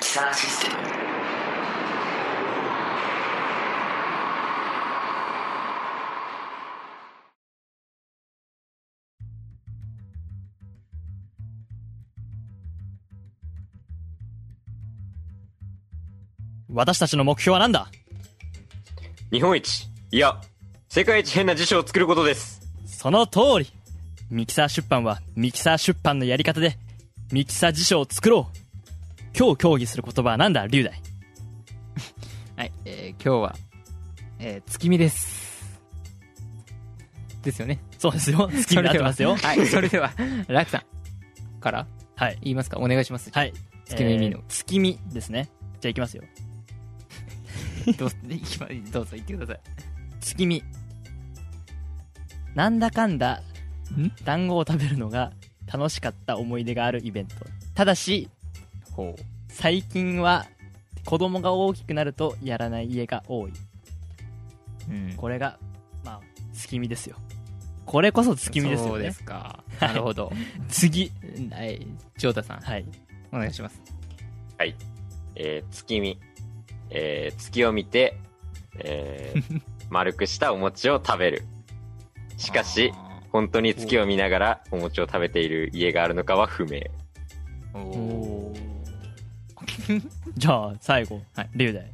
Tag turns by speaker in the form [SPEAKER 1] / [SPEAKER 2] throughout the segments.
[SPEAKER 1] キサーシステム
[SPEAKER 2] 私たちの目標は何だ
[SPEAKER 3] 日本一、いや、世界一変な辞書を作ることです。
[SPEAKER 2] その通りミキサー出版はミキサー出版のやり方でミキサー辞書を作ろう今日協議する言葉は何だ龍大
[SPEAKER 4] はい、えー今日は、えー月見です。で すよね。
[SPEAKER 2] そうですよ好き
[SPEAKER 4] そ
[SPEAKER 2] にな
[SPEAKER 4] れ
[SPEAKER 2] っ
[SPEAKER 4] で
[SPEAKER 2] て
[SPEAKER 4] は
[SPEAKER 2] ますよ
[SPEAKER 4] はい、それでは、 ラクさんから
[SPEAKER 2] はい
[SPEAKER 4] 言いますかお願いします。
[SPEAKER 2] はい
[SPEAKER 4] 月見見の
[SPEAKER 2] えー月見ですねじゃあいきますよ
[SPEAKER 4] どう ぞ、いきまどうぞ言ってください。
[SPEAKER 2] 月見なんだかんだ団子を食べるのが楽しかった思い出があるイベントただし
[SPEAKER 4] ほう。
[SPEAKER 2] 最近は子供が大きくなるとやらない家が多い
[SPEAKER 4] うん、
[SPEAKER 2] これがまあ月見ですよこれこそ月見です
[SPEAKER 4] そ
[SPEAKER 2] よ
[SPEAKER 4] うで
[SPEAKER 2] ね
[SPEAKER 4] すか。
[SPEAKER 2] はい
[SPEAKER 4] なるほど。
[SPEAKER 2] 次
[SPEAKER 4] はい、ジョータさん、
[SPEAKER 2] はい
[SPEAKER 4] お願いします。
[SPEAKER 3] えー、月見。えー、月を見て、え ー、丸くしたお餅を食べる。しかし、本当に月を見ながらお餅を食べている家があるのかは不明。
[SPEAKER 4] あー、お
[SPEAKER 2] お
[SPEAKER 4] ー
[SPEAKER 2] じゃあ最後
[SPEAKER 4] はい
[SPEAKER 2] 龍大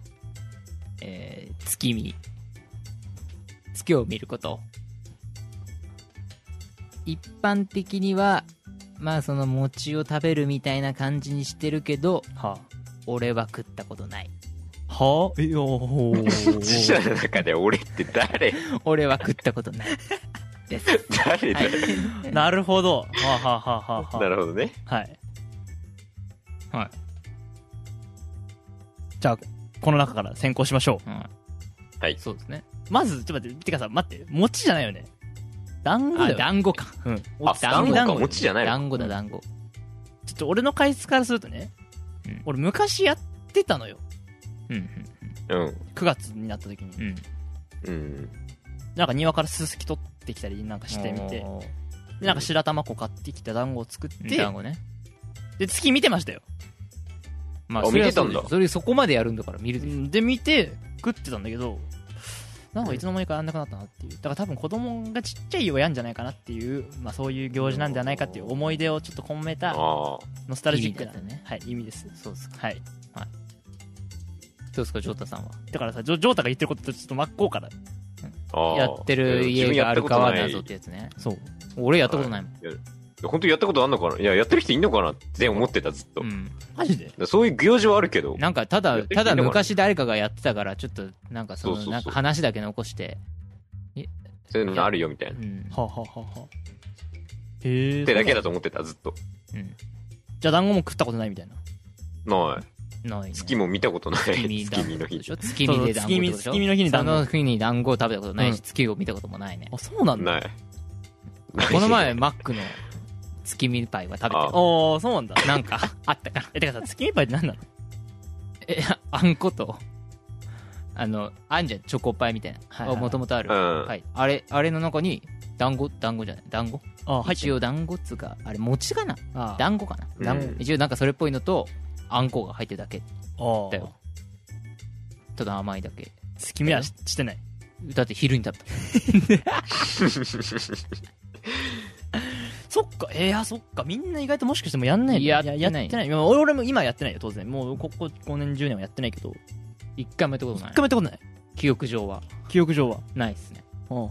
[SPEAKER 4] えー月見。月を見ること。一般的には、まあその餅を食べるみたいな感じにしてるけど、
[SPEAKER 2] は
[SPEAKER 4] 俺は食ったことない。
[SPEAKER 2] あはあいやほー
[SPEAKER 3] 辞書の中で俺って誰
[SPEAKER 4] 俺は食った ことない。です。
[SPEAKER 3] 誰だ
[SPEAKER 4] はい
[SPEAKER 3] よ。。
[SPEAKER 2] なるほどはあはあはあはあ
[SPEAKER 3] な
[SPEAKER 2] は
[SPEAKER 3] るほどね。
[SPEAKER 2] あはい
[SPEAKER 4] はい。
[SPEAKER 2] じゃあこの中から先行しましょ
[SPEAKER 4] はい。
[SPEAKER 3] はい
[SPEAKER 4] そうですね。
[SPEAKER 2] うまずちょっと待っててかさ待って餅じゃないよね団子だ
[SPEAKER 4] あ、
[SPEAKER 2] よね
[SPEAKER 4] 団子か。
[SPEAKER 2] うん
[SPEAKER 3] あ、団子
[SPEAKER 4] 団
[SPEAKER 3] か
[SPEAKER 4] 子
[SPEAKER 3] 餅じゃないの
[SPEAKER 4] 団子だ、団子。
[SPEAKER 2] ちょっと俺の解説からするとね、
[SPEAKER 4] うん
[SPEAKER 2] 俺昔やってたのよ
[SPEAKER 4] うん、
[SPEAKER 3] うん。
[SPEAKER 2] 9月になった時に、
[SPEAKER 4] うん、うん。
[SPEAKER 3] うん。
[SPEAKER 2] なんか庭からすすき取ってきたりなんかしてみて
[SPEAKER 4] おー
[SPEAKER 2] でなんか白玉粉買ってきた団子を作って
[SPEAKER 4] 団子ね。
[SPEAKER 2] で月見てましたよ
[SPEAKER 4] ま
[SPEAKER 3] あ
[SPEAKER 4] それは
[SPEAKER 3] 見てたんだ
[SPEAKER 4] そうですそれそこまでやるんだから見るでしょ
[SPEAKER 2] で見て食ってたんだけどなんかいつの間にかやんなくなったなっていうだから多分子供がちっちゃい親んじゃないかなっていう、まあ、そういう行事なんじゃないかっていう思い出をちょっと込めた
[SPEAKER 3] ああ。
[SPEAKER 2] ノスタルジック
[SPEAKER 4] 意
[SPEAKER 2] な
[SPEAKER 4] 味だったね
[SPEAKER 2] はい、意味です
[SPEAKER 4] そうですか。
[SPEAKER 2] はい
[SPEAKER 4] どうですか、ジョータさんは。
[SPEAKER 2] だからさジョジョータが言ってることとちょっと真っ向から
[SPEAKER 3] ああ
[SPEAKER 4] やってる家があるかは謎ってやつね。
[SPEAKER 2] そう
[SPEAKER 4] 俺やったことないもん。
[SPEAKER 3] 本当にやったことあんのかないや、やってる人いんのかなって思ってた、ずっと。
[SPEAKER 4] うん。
[SPEAKER 2] マジで
[SPEAKER 3] そういう行事はあるけど。
[SPEAKER 4] なんか、た
[SPEAKER 3] い
[SPEAKER 4] だ、
[SPEAKER 3] や
[SPEAKER 4] ただ昔誰かがやってたから、ちょっと、なんかそ
[SPEAKER 3] そうそう
[SPEAKER 4] の、
[SPEAKER 3] そう
[SPEAKER 4] なんか話だけ残して。
[SPEAKER 3] そういうのあるよみたいうな。っ
[SPEAKER 4] ん。
[SPEAKER 2] はあ、はあはあはあ、へえ
[SPEAKER 3] てだけだと思ってた、ずっと。
[SPEAKER 4] うん。
[SPEAKER 2] じゃあ団子も食ったことないみたいな
[SPEAKER 3] な
[SPEAKER 4] ない、ね。
[SPEAKER 3] い。月も見たことない。
[SPEAKER 4] 月見
[SPEAKER 3] 月
[SPEAKER 4] 団
[SPEAKER 3] 見
[SPEAKER 4] 子
[SPEAKER 3] の
[SPEAKER 4] で
[SPEAKER 3] 日
[SPEAKER 4] し。ょ月見で団子ってこと
[SPEAKER 2] そう
[SPEAKER 4] でしょ
[SPEAKER 2] 月見月見の日に団子
[SPEAKER 4] その日に団子を食べたことないし、
[SPEAKER 2] うん
[SPEAKER 4] 月を見たことも ないね。
[SPEAKER 2] あそうなんだ
[SPEAKER 3] ない。ない
[SPEAKER 4] この前、マックの月見パイは食べて
[SPEAKER 3] あ
[SPEAKER 2] あーそうなんだ
[SPEAKER 4] る。 なんか、あったから。
[SPEAKER 2] えてかさ月見パイって何なの
[SPEAKER 4] え、あんこと、あの、あんじゃん、チョコパイみたい
[SPEAKER 2] はいは
[SPEAKER 4] な。
[SPEAKER 2] いはい
[SPEAKER 4] もともとある。
[SPEAKER 3] うん
[SPEAKER 4] はい。あれ、あれの中に、団子、団子じゃない、団子
[SPEAKER 2] あ入って
[SPEAKER 4] 一
[SPEAKER 2] る
[SPEAKER 4] 応団子っつうかあれ餅かな
[SPEAKER 2] あ
[SPEAKER 4] 団子かな
[SPEAKER 3] うん
[SPEAKER 2] 団子
[SPEAKER 4] 一応なんかそれっぽいのとあんこが入ってるだけ
[SPEAKER 2] あ
[SPEAKER 4] だよただ甘いだけ
[SPEAKER 2] 月見はししてない
[SPEAKER 4] だって昼に食べた
[SPEAKER 2] そっか、えー、いや、そっか、みんな意外ともしかしてもやんないの
[SPEAKER 4] やってない
[SPEAKER 2] やってない。いや俺も今やってないよ、当然。もう、ここ5年、10年はやってないけど。
[SPEAKER 4] 一回もやったことな
[SPEAKER 2] 一
[SPEAKER 4] い
[SPEAKER 2] 回もやったことない。
[SPEAKER 4] 記憶上は
[SPEAKER 2] 記憶上は。
[SPEAKER 4] ないっすね
[SPEAKER 2] はあは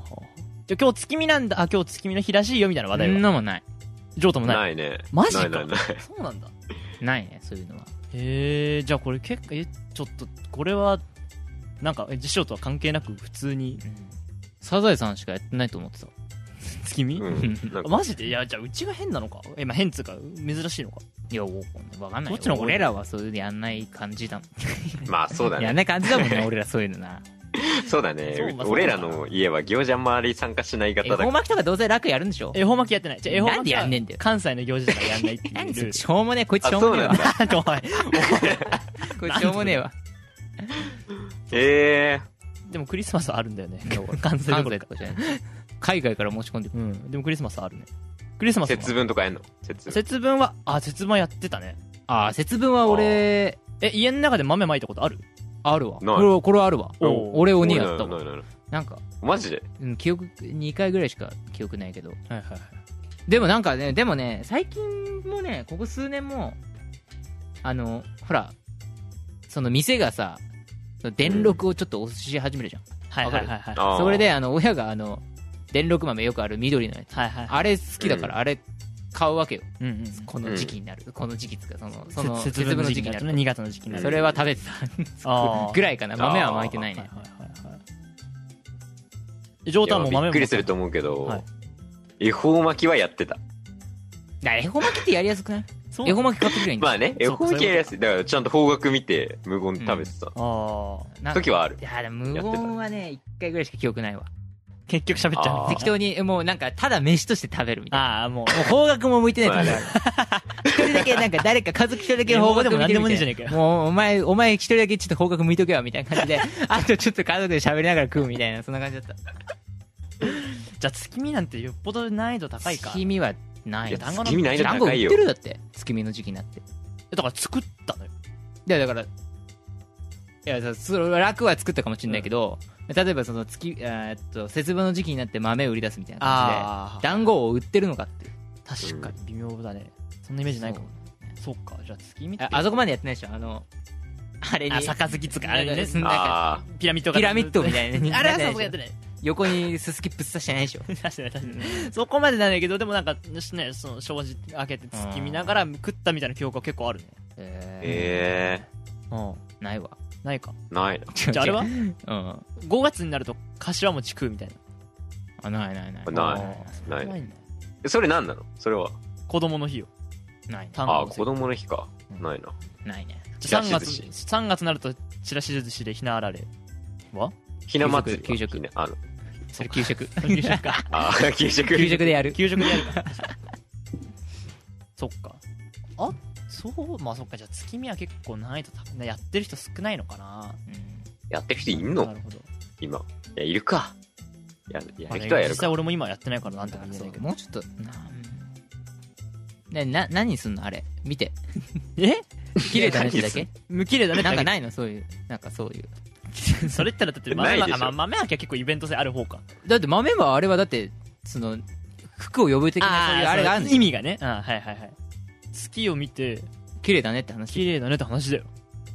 [SPEAKER 2] じゃあ今日月見なんだ、あ、今日月見の日らしいよみたいな話題
[SPEAKER 4] そん
[SPEAKER 2] は。
[SPEAKER 4] なもんない
[SPEAKER 2] ジョートもない。
[SPEAKER 3] ないね。
[SPEAKER 2] マジ
[SPEAKER 3] な
[SPEAKER 2] か
[SPEAKER 3] いないない。
[SPEAKER 2] そうなんだ。
[SPEAKER 4] ないねそういうのは
[SPEAKER 2] へえ、じゃあこれ結構、え、ちょっと、これは、なんか、え辞書とは関係なく普通に
[SPEAKER 4] うんサザエさんしかやってないと思ってた
[SPEAKER 2] 月見、
[SPEAKER 3] うん。なん か
[SPEAKER 2] マジでいや、じゃあうちが変なのかえ、まあ変っつうか、珍しいのか。
[SPEAKER 4] いやわかんない
[SPEAKER 2] どっちの方が
[SPEAKER 4] 俺らはそういうのやんない感じだもん
[SPEAKER 3] まあそうだ
[SPEAKER 4] やん
[SPEAKER 3] ね。
[SPEAKER 4] ない感じだもんね 俺らそういうのな
[SPEAKER 3] そう
[SPEAKER 2] そ
[SPEAKER 3] だ
[SPEAKER 2] うま
[SPEAKER 3] ね
[SPEAKER 2] あそう。だ
[SPEAKER 3] 俺らの家は行事あんまり参加しない
[SPEAKER 4] 恵
[SPEAKER 3] 方だか
[SPEAKER 4] 方
[SPEAKER 3] ら。
[SPEAKER 4] 巻きとかどうせ楽やるんでしょ
[SPEAKER 2] 恵方巻きやってない。じゃあ恵方巻きは
[SPEAKER 4] なんでやんねんだよ
[SPEAKER 2] 関西の行事だからやんないっていうルー
[SPEAKER 4] 何
[SPEAKER 2] ル。
[SPEAKER 4] それしょうもねえこいつ
[SPEAKER 3] あ、
[SPEAKER 4] しょう
[SPEAKER 3] そ
[SPEAKER 4] も
[SPEAKER 3] う
[SPEAKER 4] ねえ
[SPEAKER 3] な
[SPEAKER 4] わ
[SPEAKER 3] んだ。
[SPEAKER 2] おい
[SPEAKER 4] こいつしょうもねえわ
[SPEAKER 3] え
[SPEAKER 2] でもクリスマスはあるんだよね。関西
[SPEAKER 4] 関
[SPEAKER 2] どころ
[SPEAKER 4] 西
[SPEAKER 2] か
[SPEAKER 4] とかじゃない海外から持ち込んでくる
[SPEAKER 2] うん。でもクリスマスはあるね。クリス
[SPEAKER 3] え。
[SPEAKER 2] マスは
[SPEAKER 3] 節分とかやんの節分。
[SPEAKER 2] 節分は、あ、節分やってたね。
[SPEAKER 4] ああ節分は俺
[SPEAKER 2] え、家の中で豆まいたことある
[SPEAKER 4] あるわ
[SPEAKER 3] ない
[SPEAKER 4] これはこれはあるわ
[SPEAKER 2] おう
[SPEAKER 4] 俺鬼やった
[SPEAKER 3] な
[SPEAKER 4] わ
[SPEAKER 3] いないない
[SPEAKER 4] なんか
[SPEAKER 3] マジで
[SPEAKER 4] うん記憶2回ぐらいしか記憶ないけど
[SPEAKER 2] はいはいはい。
[SPEAKER 4] でもなんかねでもね最近もねここ数年もあのほらその店がさ電力をちょっと押し始めるじゃん、
[SPEAKER 2] はいはいはいはい。
[SPEAKER 3] あー
[SPEAKER 4] それであの親があの電力豆よくある緑のやつ
[SPEAKER 2] はいはい。
[SPEAKER 4] あれ好きだから、あれ買うわけよ
[SPEAKER 2] うんうん。
[SPEAKER 4] この時期になる、この時期っていうかそのそ
[SPEAKER 2] その
[SPEAKER 4] の
[SPEAKER 2] 節分の時期になるとね、2月の時期になる
[SPEAKER 4] それは食べて
[SPEAKER 2] あ
[SPEAKER 4] た
[SPEAKER 2] ー
[SPEAKER 4] ぐらいかな豆は巻いてない
[SPEAKER 2] はい
[SPEAKER 4] ね
[SPEAKER 2] はいはいはいえジョータンも
[SPEAKER 3] いや
[SPEAKER 2] 豆も
[SPEAKER 3] びっくりすると思うけ
[SPEAKER 2] は
[SPEAKER 3] ど
[SPEAKER 2] い、
[SPEAKER 3] 恵方巻きはやってた。
[SPEAKER 4] だ恵方巻きってやりやすくない
[SPEAKER 2] そう
[SPEAKER 4] 恵方巻き買ってくれいいんだ
[SPEAKER 3] まあね、恵
[SPEAKER 2] そうか
[SPEAKER 3] 方巻きやりやすい。だからちゃんと方角見て無言で食べてた。
[SPEAKER 2] ああ。
[SPEAKER 4] なんか
[SPEAKER 3] 時はある
[SPEAKER 4] い。やでも無言はね1回ぐらいしか記憶ないわ
[SPEAKER 2] 結局喋っちゃ
[SPEAKER 3] あ
[SPEAKER 2] う。
[SPEAKER 3] ー
[SPEAKER 4] 適当にもうなんかただ飯として食べるみたいな
[SPEAKER 2] ああ、もう。
[SPEAKER 4] もう方角も向いてないと
[SPEAKER 3] まあ
[SPEAKER 4] 思う一人だけなんか誰か家族一人だけ方
[SPEAKER 2] で
[SPEAKER 4] 角向いてる
[SPEAKER 2] も何でもねえじゃね
[SPEAKER 4] み
[SPEAKER 2] えか
[SPEAKER 4] たい
[SPEAKER 2] よ
[SPEAKER 4] な もうお前お前一人だけちょっと方角向いとけよみたいな感じであとちょっと家族で喋りながら食うみたいなそんな感じだった
[SPEAKER 2] じゃあ月見なんてよっぽど難易度高いか。
[SPEAKER 4] 月見はない
[SPEAKER 3] いや、
[SPEAKER 2] 団子の
[SPEAKER 3] 月見ないの
[SPEAKER 4] 団子売
[SPEAKER 3] 高
[SPEAKER 4] っ
[SPEAKER 3] い
[SPEAKER 4] て
[SPEAKER 3] よ。
[SPEAKER 4] るだって月見の時期になってい
[SPEAKER 2] だから作ったのよ。
[SPEAKER 4] やだからいやさそれは楽は作ったかもしれないけど、例えばその月えーっと節分の時期になって豆を売り出すみたいな感
[SPEAKER 2] あ
[SPEAKER 4] じで団子を売ってるのかっていう
[SPEAKER 2] 確かに微妙だね。そんなイメージないかも。そうか、じゃあ月見って
[SPEAKER 4] ああそこまでやってないでしょあのあれに
[SPEAKER 2] あ、杯つか、あれね。
[SPEAKER 4] なんか
[SPEAKER 3] あ
[SPEAKER 2] ピラミッドが
[SPEAKER 4] ピラミッドみたいな
[SPEAKER 2] あれは
[SPEAKER 4] な
[SPEAKER 2] さす
[SPEAKER 4] んか
[SPEAKER 2] がやってない。
[SPEAKER 4] 横にすすきぶっ刺してないでし ょ
[SPEAKER 2] 確かに確かに。そこまでなんだけど、でもなんか、ね、その、障子開けて月見ながら食ったみたいな記憶は結構あるね。
[SPEAKER 3] ー
[SPEAKER 4] え
[SPEAKER 3] え
[SPEAKER 2] うん。
[SPEAKER 4] ー、ないわ
[SPEAKER 2] ないか。
[SPEAKER 3] ー、ないな。
[SPEAKER 4] じ
[SPEAKER 2] じゃああれは
[SPEAKER 4] うんあ
[SPEAKER 2] ?5 月になると柏餅食うみたいな。
[SPEAKER 4] ないないない
[SPEAKER 3] ない
[SPEAKER 2] い
[SPEAKER 3] ない
[SPEAKER 2] ないんだ
[SPEAKER 3] えそれ何なのそれは。
[SPEAKER 2] 子供の日よ。
[SPEAKER 4] ない
[SPEAKER 2] 単語
[SPEAKER 3] ああ、子供の日か。ないな。
[SPEAKER 4] ないね
[SPEAKER 2] じゃあ3月、
[SPEAKER 3] ちらし
[SPEAKER 2] 3月になると、ちらし寿司でひなあられ。は
[SPEAKER 3] ひな祭りか。
[SPEAKER 4] 給食
[SPEAKER 3] ひなあの、
[SPEAKER 4] それ給食
[SPEAKER 2] 給食か。
[SPEAKER 3] あー 給食。
[SPEAKER 4] 給食でやる
[SPEAKER 2] 給食でやるか。そっか。あ、そう、まあそっか、じゃあ月見は結構難易度高い。やってる人少ないのかな。
[SPEAKER 4] うん
[SPEAKER 3] やってる人いん
[SPEAKER 2] な
[SPEAKER 3] の
[SPEAKER 2] るほど。
[SPEAKER 3] 今。いや、いるか。やや
[SPEAKER 2] まあ
[SPEAKER 3] る
[SPEAKER 2] ね
[SPEAKER 3] 人はやる
[SPEAKER 2] 実際
[SPEAKER 3] か。
[SPEAKER 2] 俺も今やってないからなんとか言えないけど。
[SPEAKER 4] もうちょっとなねな何すんのあれ見 て
[SPEAKER 2] え
[SPEAKER 4] 綺麗だねってだけ
[SPEAKER 2] 無綺麗だね。。
[SPEAKER 4] なんかないいのそういうなんかそういう
[SPEAKER 2] それったらだって
[SPEAKER 3] な
[SPEAKER 2] 豆
[SPEAKER 3] い
[SPEAKER 2] ま
[SPEAKER 3] でしょ
[SPEAKER 2] あまあ豆まきは結構イベント性ある方か。
[SPEAKER 4] だって豆はあれはだってその服を呼ぶ的なそういうあれがあるんで
[SPEAKER 2] 意
[SPEAKER 4] しょ
[SPEAKER 2] 味がね。あはいはいはい。月を見て、
[SPEAKER 4] 綺麗だねって話
[SPEAKER 2] 綺麗だねって話だよ。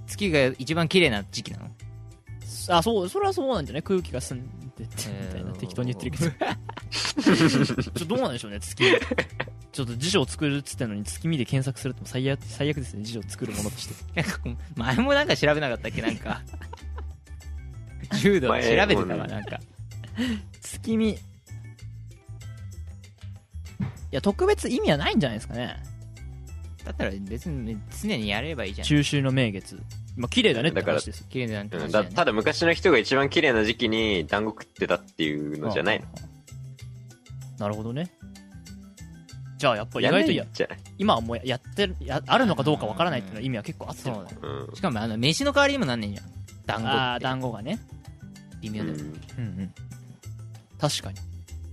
[SPEAKER 4] 月が一番綺麗な時期なの
[SPEAKER 2] あ、そう、それはそうなんじゃない空気が澄んでて、みたいな
[SPEAKER 4] えー
[SPEAKER 2] 適当に言ってるけど。ちょっとどうなんでしょうね、月見。ちょっと辞書を作るっつってんのに月見で検索するっても最悪最悪ですね、辞書を作るものとして。
[SPEAKER 4] なんかこう前もなんか調べなかったっけなん か柔道調べてた
[SPEAKER 3] 前も
[SPEAKER 4] わ
[SPEAKER 3] ね
[SPEAKER 4] なんか
[SPEAKER 2] 月見。いや、特別意味はないんじゃないですかね。
[SPEAKER 4] だったら別に常にやればいいじゃん
[SPEAKER 2] 中秋の名月。まあ、綺麗だねって
[SPEAKER 3] だから
[SPEAKER 2] 話です。
[SPEAKER 4] 綺麗なんて
[SPEAKER 3] うん
[SPEAKER 4] 話
[SPEAKER 3] だ
[SPEAKER 4] だよね
[SPEAKER 3] ただ昔の人が一番綺麗な時期に団子食ってたっていうのじゃないの
[SPEAKER 2] なるほどね。じゃあ、やっぱ意
[SPEAKER 3] やんな
[SPEAKER 2] 外
[SPEAKER 3] い
[SPEAKER 2] とい
[SPEAKER 3] ん
[SPEAKER 2] や、
[SPEAKER 3] じゃない
[SPEAKER 2] 今はもうやってる、やあるのかどうかわからないっていうのは意味は結構あって
[SPEAKER 4] そ
[SPEAKER 2] る
[SPEAKER 4] うだ
[SPEAKER 3] うん
[SPEAKER 4] しかもあの飯の代わりにもなんねんじゃん団子
[SPEAKER 2] ああー、
[SPEAKER 4] って
[SPEAKER 2] 団子がね。
[SPEAKER 4] 微
[SPEAKER 3] う
[SPEAKER 4] 妙だよ、
[SPEAKER 3] ん。
[SPEAKER 2] うんうん確かに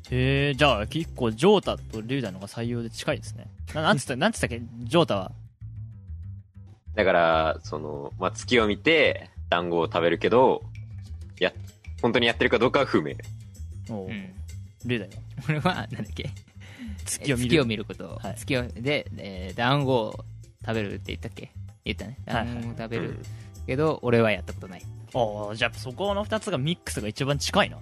[SPEAKER 2] へえじゃあ結構ジョータとリュウダの方が採用で近いですねななん つったなんつったっけジョータは
[SPEAKER 3] だから、その、まあ、月を見て団子を食べるけど、や、本当にやってるかどうかは不明。
[SPEAKER 2] おう
[SPEAKER 4] うん
[SPEAKER 2] リュウダよ
[SPEAKER 4] 俺はなんだっけ
[SPEAKER 2] 月を見る
[SPEAKER 4] 月を見ること、
[SPEAKER 2] はい
[SPEAKER 4] 月をで、えー団子を食べるって言ったっけ言ったね
[SPEAKER 2] はいはい
[SPEAKER 4] 団子を食
[SPEAKER 3] う
[SPEAKER 4] べる
[SPEAKER 3] ん。
[SPEAKER 4] けど、俺はやったことない
[SPEAKER 2] ああじゃあそこの2つがミックスが一番近いな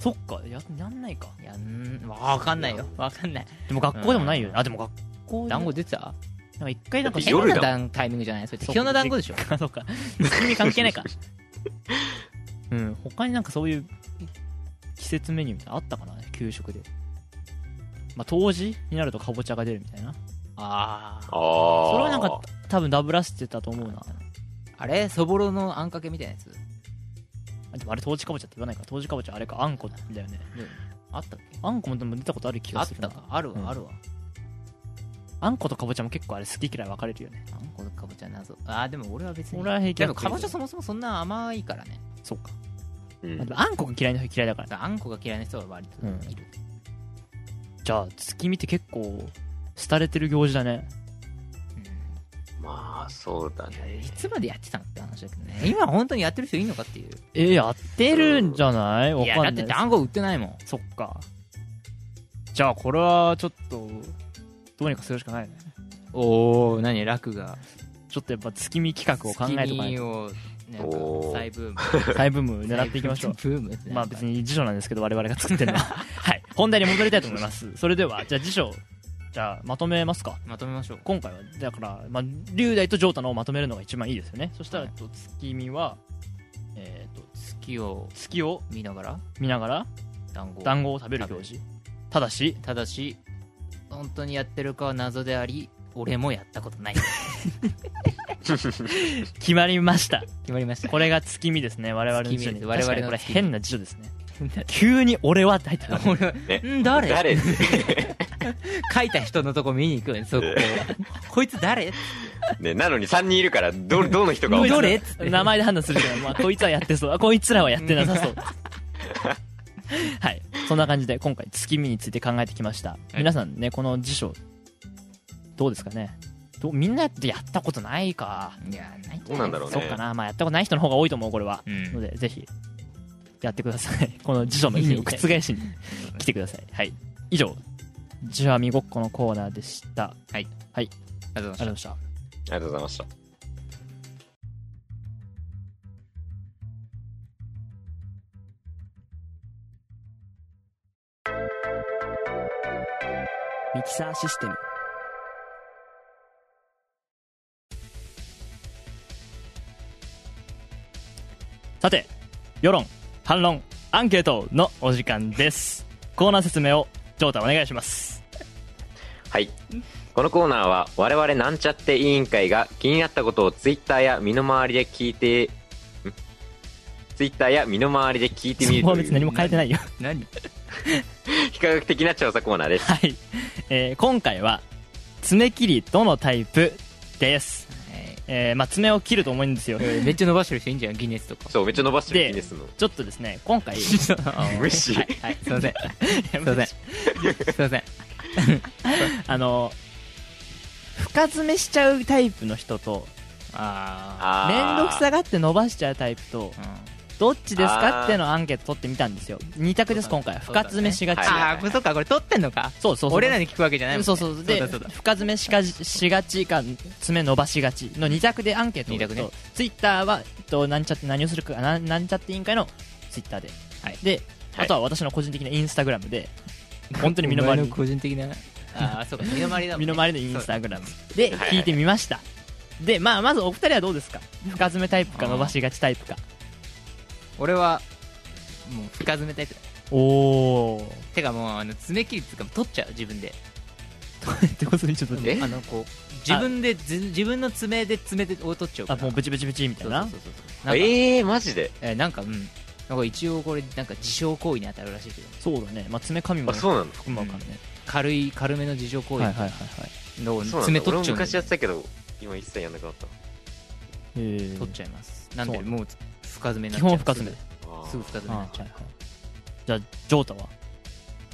[SPEAKER 2] そっかややんないか
[SPEAKER 4] いやんわかんないよわかんない
[SPEAKER 2] でも学校でもないよねあでも学校で
[SPEAKER 4] 団子出てた
[SPEAKER 2] なんか一回なんか
[SPEAKER 3] 夜
[SPEAKER 4] 変な
[SPEAKER 3] だ
[SPEAKER 4] 団タイミングじゃないそれ
[SPEAKER 2] そう
[SPEAKER 4] 適当な 団子でしょ
[SPEAKER 2] あそうか結び関係ない かうん他になんかそういう季節メニューみたいなのあったかな給食でまあ冬至になるとかぼちゃが出るみたいな
[SPEAKER 4] あ
[SPEAKER 3] あ
[SPEAKER 4] あ
[SPEAKER 3] あ。
[SPEAKER 2] それはなんか、多分ダブらせてたと思うな
[SPEAKER 4] あれそぼろのあんかけみたいなやつ
[SPEAKER 2] でもあれ冬至かぼちゃって言わないから冬至かぼちゃあれかあんこだよね
[SPEAKER 4] あったっけ
[SPEAKER 2] あんこもでも出たことある気
[SPEAKER 4] あ
[SPEAKER 2] が
[SPEAKER 4] っ
[SPEAKER 2] するな
[SPEAKER 4] たかある
[SPEAKER 2] うん
[SPEAKER 4] わあるわ
[SPEAKER 2] あんことかぼちゃも結構あれ好き嫌い分かれるよね
[SPEAKER 4] あんこのかぼちゃ謎あーでも俺は別に
[SPEAKER 2] 俺は平気
[SPEAKER 4] で
[SPEAKER 2] だけ
[SPEAKER 4] も
[SPEAKER 2] ど
[SPEAKER 4] かぼちゃそもそもそんな甘いからね
[SPEAKER 2] そうか、
[SPEAKER 3] うん
[SPEAKER 2] まあ、でもあんこが嫌いな人は嫌いだから
[SPEAKER 4] だからあんこが嫌いな人は割といる、
[SPEAKER 2] じゃあ月見って結構廃れてる行事だね
[SPEAKER 4] うん
[SPEAKER 3] まあ、そうだね。
[SPEAKER 4] いつまでやってたのって話だけどね今本当にやってる人いるのかっていう
[SPEAKER 2] えーやってるんじゃないわ
[SPEAKER 4] いや
[SPEAKER 2] か
[SPEAKER 4] だっ
[SPEAKER 2] んな
[SPEAKER 4] て
[SPEAKER 2] い
[SPEAKER 4] 団子売ってないもん
[SPEAKER 2] そっかじゃあこれはちょっとどうにかするしかないね
[SPEAKER 4] おお何楽が
[SPEAKER 2] ちょっとやっぱ月見企画を考えとかない
[SPEAKER 4] 月見
[SPEAKER 2] と
[SPEAKER 4] をなんか
[SPEAKER 3] おー
[SPEAKER 4] 再ブーム
[SPEAKER 2] 大ブーム狙っていきましょう
[SPEAKER 4] 再 ブームってなん か
[SPEAKER 2] まあ別に辞書なんですけど我々が作ってる のははい本題に戻りたいと思いますそれではじゃあ辞書じゃあまとめますか
[SPEAKER 4] まとめましょう
[SPEAKER 2] 今回はだから、まあ、龍大とジョータのをまとめるのが一番いいですよねそしたら、
[SPEAKER 4] はい
[SPEAKER 2] えっと月見は、えっと
[SPEAKER 4] 月を
[SPEAKER 2] 月を
[SPEAKER 4] 見ながら
[SPEAKER 2] 見ながら
[SPEAKER 4] 団子
[SPEAKER 2] 団子を食べる行事ただした
[SPEAKER 4] だし本当にやってるかは謎であり俺もやったことない
[SPEAKER 2] 決まりました
[SPEAKER 4] 決まりまし た
[SPEAKER 2] これが月見ですね我々の辞書
[SPEAKER 4] 月
[SPEAKER 2] に
[SPEAKER 4] 見で
[SPEAKER 2] 確
[SPEAKER 4] す
[SPEAKER 2] か
[SPEAKER 4] 我
[SPEAKER 2] に
[SPEAKER 4] 々
[SPEAKER 2] こ
[SPEAKER 4] の
[SPEAKER 2] れ
[SPEAKER 4] 月見
[SPEAKER 2] 変な辞書ですね急に「俺は」って入ってた
[SPEAKER 4] 俺は
[SPEAKER 3] ね
[SPEAKER 4] ん誰
[SPEAKER 3] 誰
[SPEAKER 4] 書いた人のとこ見に行くよねそここいつ誰
[SPEAKER 3] ね、なのに3人いるから、ど、どの人が
[SPEAKER 4] ど
[SPEAKER 3] 多
[SPEAKER 4] れ
[SPEAKER 3] い
[SPEAKER 4] どれっつって
[SPEAKER 2] 名前で判断するけど、まあ、こいつはやってそうあこいつらはやってなさそう はいそんな感じで今回月見について考えてきました、
[SPEAKER 4] い
[SPEAKER 2] 皆さんねこの辞書どうですかねどうみんなってやったことないか
[SPEAKER 4] いやないんじ
[SPEAKER 3] ど
[SPEAKER 4] ゃ
[SPEAKER 3] うない
[SPEAKER 4] な
[SPEAKER 3] んだろう
[SPEAKER 2] そっ
[SPEAKER 3] ね
[SPEAKER 2] か。なまあやったことない人の方が多いと思うこれは、
[SPEAKER 4] うん
[SPEAKER 2] のでぜひやってください この辞書の意味を覆しに来てくださいはい以上辞書はみごっこのコーナーでした
[SPEAKER 4] ありがとうご
[SPEAKER 2] あ
[SPEAKER 4] ざ
[SPEAKER 2] りがとうござい
[SPEAKER 4] いま
[SPEAKER 2] ました
[SPEAKER 3] ありがとうございました。
[SPEAKER 2] ミキサーシステムさて世論反論アンケートのお時間ですコーナー説明をジョータお願いします
[SPEAKER 3] はい。このコーナーは我々なんちゃって委員会が気になったことをツイッターや身の回りで聞いて、んツイッターや身の回りで聞いて
[SPEAKER 2] そ
[SPEAKER 3] みる
[SPEAKER 2] こは
[SPEAKER 3] と
[SPEAKER 2] 別に
[SPEAKER 3] い
[SPEAKER 2] 何
[SPEAKER 3] う
[SPEAKER 2] も変えてないよ
[SPEAKER 4] す何
[SPEAKER 3] 比較的な調査コーナーです。
[SPEAKER 2] はい、えー今回は爪切りどのタイプです、えーまあ、爪を切ると思うんですよ
[SPEAKER 4] めっちゃ伸ばしてる人いいんじゃんギネス とか
[SPEAKER 3] そう、めっちゃ伸ばしてる
[SPEAKER 2] で
[SPEAKER 3] 気ですの。
[SPEAKER 2] ちょっとですね今 回
[SPEAKER 3] 無視。
[SPEAKER 2] はい
[SPEAKER 4] はいすいませんすいませんすいません
[SPEAKER 2] あの深爪しちゃうタイプの人と
[SPEAKER 4] あ
[SPEAKER 3] あ
[SPEAKER 2] 面
[SPEAKER 3] ー
[SPEAKER 2] 倒くさがって伸ばしちゃうタイプと
[SPEAKER 4] ーうん
[SPEAKER 2] どっちです
[SPEAKER 3] あ
[SPEAKER 2] か
[SPEAKER 3] ー
[SPEAKER 2] っていうのをアンケート取ってみたんですよ2択です今回
[SPEAKER 4] そうだね
[SPEAKER 2] 深爪しがち
[SPEAKER 3] はい
[SPEAKER 4] あーこれそっかこれ撮ってんのか
[SPEAKER 2] そうそうそう
[SPEAKER 4] 俺らに聞くわけじゃないもんね
[SPEAKER 2] そうそうで
[SPEAKER 4] だそうだ
[SPEAKER 2] 深爪しがしがちか爪伸ばしがちの2択でアンケートを
[SPEAKER 4] 二択ね
[SPEAKER 2] えっとツイッターは、えっと、なんちゃって何をするかななんちゃって委員会のツイッターで、
[SPEAKER 4] はい
[SPEAKER 2] で
[SPEAKER 3] はい
[SPEAKER 2] あとは私の個人的なインスタグラムで本当に身の回り
[SPEAKER 4] お前個人的なああそうか身の回りだもん、
[SPEAKER 2] 身
[SPEAKER 4] ね、
[SPEAKER 2] の回りのインスタグラムで
[SPEAKER 3] はい
[SPEAKER 2] 聞いてみましたでまあまずお二人はどうですか深爪タイプか
[SPEAKER 4] あー
[SPEAKER 2] 伸ばしがちタイプか
[SPEAKER 4] 俺はもう深爪タイプだ
[SPEAKER 2] おお
[SPEAKER 4] てかもうあの爪切りっていうか取っちゃう自分で
[SPEAKER 2] ってことにちょっと
[SPEAKER 3] え
[SPEAKER 4] あのこう自分でず自分の爪で爪でを取っちゃうか
[SPEAKER 2] あ
[SPEAKER 4] ら
[SPEAKER 2] もうブチブチブチみたい
[SPEAKER 4] そうそ
[SPEAKER 2] な
[SPEAKER 4] うそうそうなんか
[SPEAKER 3] えー、マジで
[SPEAKER 4] えーなんかうんなんか一応これなんか自傷行為に当たるらしいけど
[SPEAKER 2] そうだね、まあ、爪噛みも
[SPEAKER 3] あ、そうなの
[SPEAKER 2] 含まうからね、
[SPEAKER 4] 軽い軽めの自傷行
[SPEAKER 2] はい
[SPEAKER 4] 為
[SPEAKER 2] はいはいはい
[SPEAKER 4] の
[SPEAKER 3] そうな
[SPEAKER 4] 爪
[SPEAKER 3] の俺
[SPEAKER 4] 取っ
[SPEAKER 3] も
[SPEAKER 4] ちゃう
[SPEAKER 3] 昔やっ
[SPEAKER 4] 取
[SPEAKER 3] てたけど、今一切やんなくなった。
[SPEAKER 2] え
[SPEAKER 4] っちゃいますなん
[SPEAKER 2] そ
[SPEAKER 4] で
[SPEAKER 2] う
[SPEAKER 4] もう深爪にな
[SPEAKER 2] 基
[SPEAKER 4] っちゃう
[SPEAKER 2] 本深爪
[SPEAKER 3] あー
[SPEAKER 4] すぐ深爪になっちゃう
[SPEAKER 2] じゃあジョータは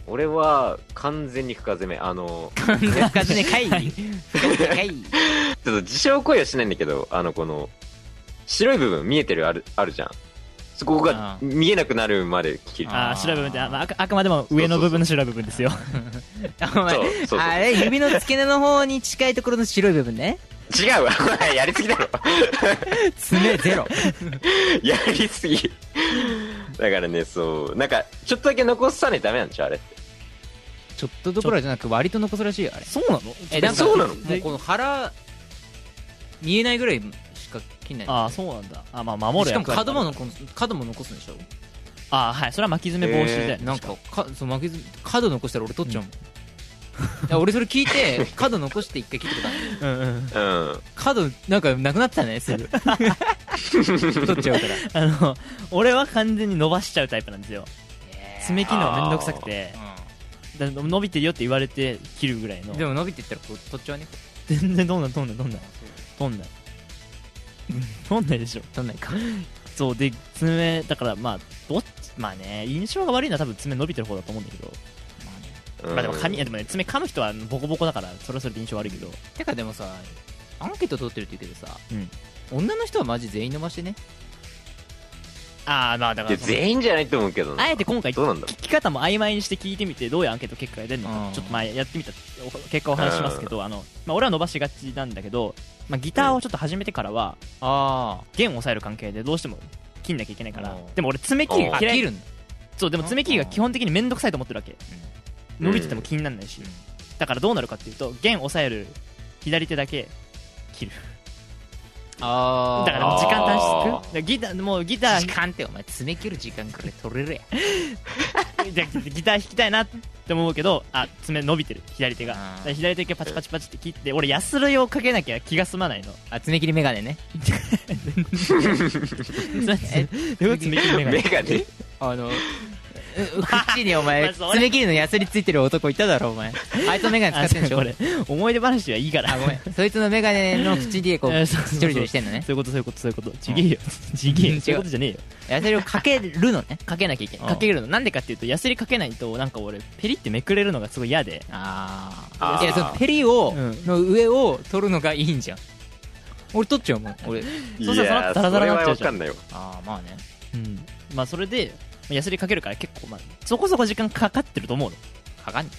[SPEAKER 3] 俺は完全に深攻め。あの、
[SPEAKER 4] 完全に 深爪かい深爪かい
[SPEAKER 3] ちょっと自傷行為はしないんだけど、あの、この、白い部分見えてるある、あるじゃん。そこ
[SPEAKER 4] あ
[SPEAKER 3] が
[SPEAKER 4] ー
[SPEAKER 3] 見えなくなるまで切る。
[SPEAKER 2] あ
[SPEAKER 4] あー
[SPEAKER 2] あ白い部分ってあ,、まあ、あくあくまでも上の部分の白い部分ですよ
[SPEAKER 4] あお前
[SPEAKER 3] そうそうそう
[SPEAKER 4] あれ指の付け根の方に近いところの白い部分ね
[SPEAKER 3] 違うわ、 お前やりすぎだろ。
[SPEAKER 4] 爪ゼロ
[SPEAKER 3] やりすぎ。だからね、そう、なんか、ちょっとだけ残さないとダメなんちゃうあれって。
[SPEAKER 4] ちょっとどころじゃなく割と残すらしいよあれ
[SPEAKER 2] そうなの
[SPEAKER 4] えなんか
[SPEAKER 3] そうなの
[SPEAKER 4] もうこの腹見えないぐらいしか切んない
[SPEAKER 2] ああそうなんだあまあ守る
[SPEAKER 4] しかも
[SPEAKER 2] 役割
[SPEAKER 4] 角も
[SPEAKER 2] ある
[SPEAKER 4] 残す角も残すんでしょ
[SPEAKER 2] ああはいそれは巻き爪防止だよね
[SPEAKER 4] なんかかそう負けず角残したら俺取っちゃうもん、いや俺それ聞いて 角残して一回切ってたの
[SPEAKER 2] うんうん
[SPEAKER 3] うん。
[SPEAKER 4] 角なんかなくなってたねす ぐ取っちゃうから
[SPEAKER 2] あの俺は完全に伸ばしちゃうタイプなんですよ爪切るのがめんどくさくてだ伸びてるよって言われて切るぐらいの
[SPEAKER 4] うんでも伸びてったらこう取っちゃうね
[SPEAKER 2] 全然どんなんどんなんどんなんどんなん どんないでしょ
[SPEAKER 4] 取んないか
[SPEAKER 2] そうで爪だからまあどっちまあね印象が悪いのは多分爪伸びてる方だと思うんだけど、
[SPEAKER 3] うん
[SPEAKER 2] まあでもカニでもね爪噛む人はボコボコだからそれはそれで印象悪いけど
[SPEAKER 4] てかでもさアンケート取ってるって言うけどさ、
[SPEAKER 2] うん
[SPEAKER 4] 女の人はマジ全員伸ばしてね
[SPEAKER 2] ああまあだか
[SPEAKER 3] で
[SPEAKER 2] らその
[SPEAKER 3] 全員じゃないと思うけどな
[SPEAKER 2] あえて今回
[SPEAKER 3] どうなんだろ
[SPEAKER 2] 聞き方も曖昧にして聞いてみてどういうアンケート結果が出るのか、
[SPEAKER 4] うん
[SPEAKER 2] ちょっとまあやってみたお結果をお話ししますけど、あのまあ、俺は伸ばしがちなんだけど、まあ、ギターをちょっと始めてからは、
[SPEAKER 4] あ
[SPEAKER 2] 弦を押さえる関係でどうしても切んなきゃいけないから、
[SPEAKER 4] うん
[SPEAKER 2] でも俺爪切り
[SPEAKER 3] あ
[SPEAKER 2] が
[SPEAKER 4] あ
[SPEAKER 2] 嫌
[SPEAKER 4] 切
[SPEAKER 2] い
[SPEAKER 4] るんだ
[SPEAKER 2] そうでも爪切りが基本的に面倒くさいと思ってるわけ、
[SPEAKER 3] うん
[SPEAKER 2] 伸びてても気にならないし、
[SPEAKER 4] うん
[SPEAKER 2] だからどうなるかっていうと弦押さえる左手だけ切る
[SPEAKER 4] あ
[SPEAKER 2] だ
[SPEAKER 4] あ
[SPEAKER 2] からもう時間短縮だからギターもうギタ
[SPEAKER 4] 時
[SPEAKER 2] ー
[SPEAKER 4] 間ってお前爪切る時間くらい取れるやん
[SPEAKER 2] でギター弾きたいなって思うけどあ爪伸びてる左手が
[SPEAKER 4] あー
[SPEAKER 2] だから左手だけパチパチパチって切って俺ヤスリをかけなきゃ気が済まないの
[SPEAKER 4] あ爪切りメガネね
[SPEAKER 2] 爪
[SPEAKER 4] え
[SPEAKER 2] 爪切りメガネ
[SPEAKER 3] メガネ
[SPEAKER 4] あのう口にお
[SPEAKER 2] ま
[SPEAKER 4] 前
[SPEAKER 2] あそれ
[SPEAKER 4] 爪切りのヤスリついてる男いただろお 前あいつのメガネ使
[SPEAKER 2] あ
[SPEAKER 4] ってんでし
[SPEAKER 2] そう
[SPEAKER 4] ょ
[SPEAKER 2] これ思い出話はいいから
[SPEAKER 4] あごめんそいつのメガネの口でこ
[SPEAKER 2] え
[SPEAKER 4] う
[SPEAKER 2] ー そうそうそう
[SPEAKER 4] ちょりちょりしてんのね
[SPEAKER 2] そういうことそういうことそういうことちげえよちげえ
[SPEAKER 4] うん違
[SPEAKER 2] よ
[SPEAKER 4] う
[SPEAKER 2] そういうことじゃねえよ
[SPEAKER 4] ヤスリをかけるのね
[SPEAKER 2] かけなきゃいけない
[SPEAKER 4] うん
[SPEAKER 2] かけるのなんでかっていうとヤスリかけないとなんか俺ペリってめくれるのがすごい嫌で
[SPEAKER 4] あ
[SPEAKER 3] あ
[SPEAKER 4] あ
[SPEAKER 3] ー
[SPEAKER 4] いやそのペリを
[SPEAKER 2] うん
[SPEAKER 4] の上を取るのがいいんじゃん俺取っちゃうもん俺
[SPEAKER 2] そうしたら
[SPEAKER 3] いやー
[SPEAKER 2] その後ダラダラになっちゃうじ
[SPEAKER 3] そ
[SPEAKER 2] ゃ
[SPEAKER 3] れはわか
[SPEAKER 2] ん
[SPEAKER 3] んないよ
[SPEAKER 4] ああまあね
[SPEAKER 2] うんまあそれでヤスリかけるから結構まあそこそこ時間かかってると思うの
[SPEAKER 4] かかん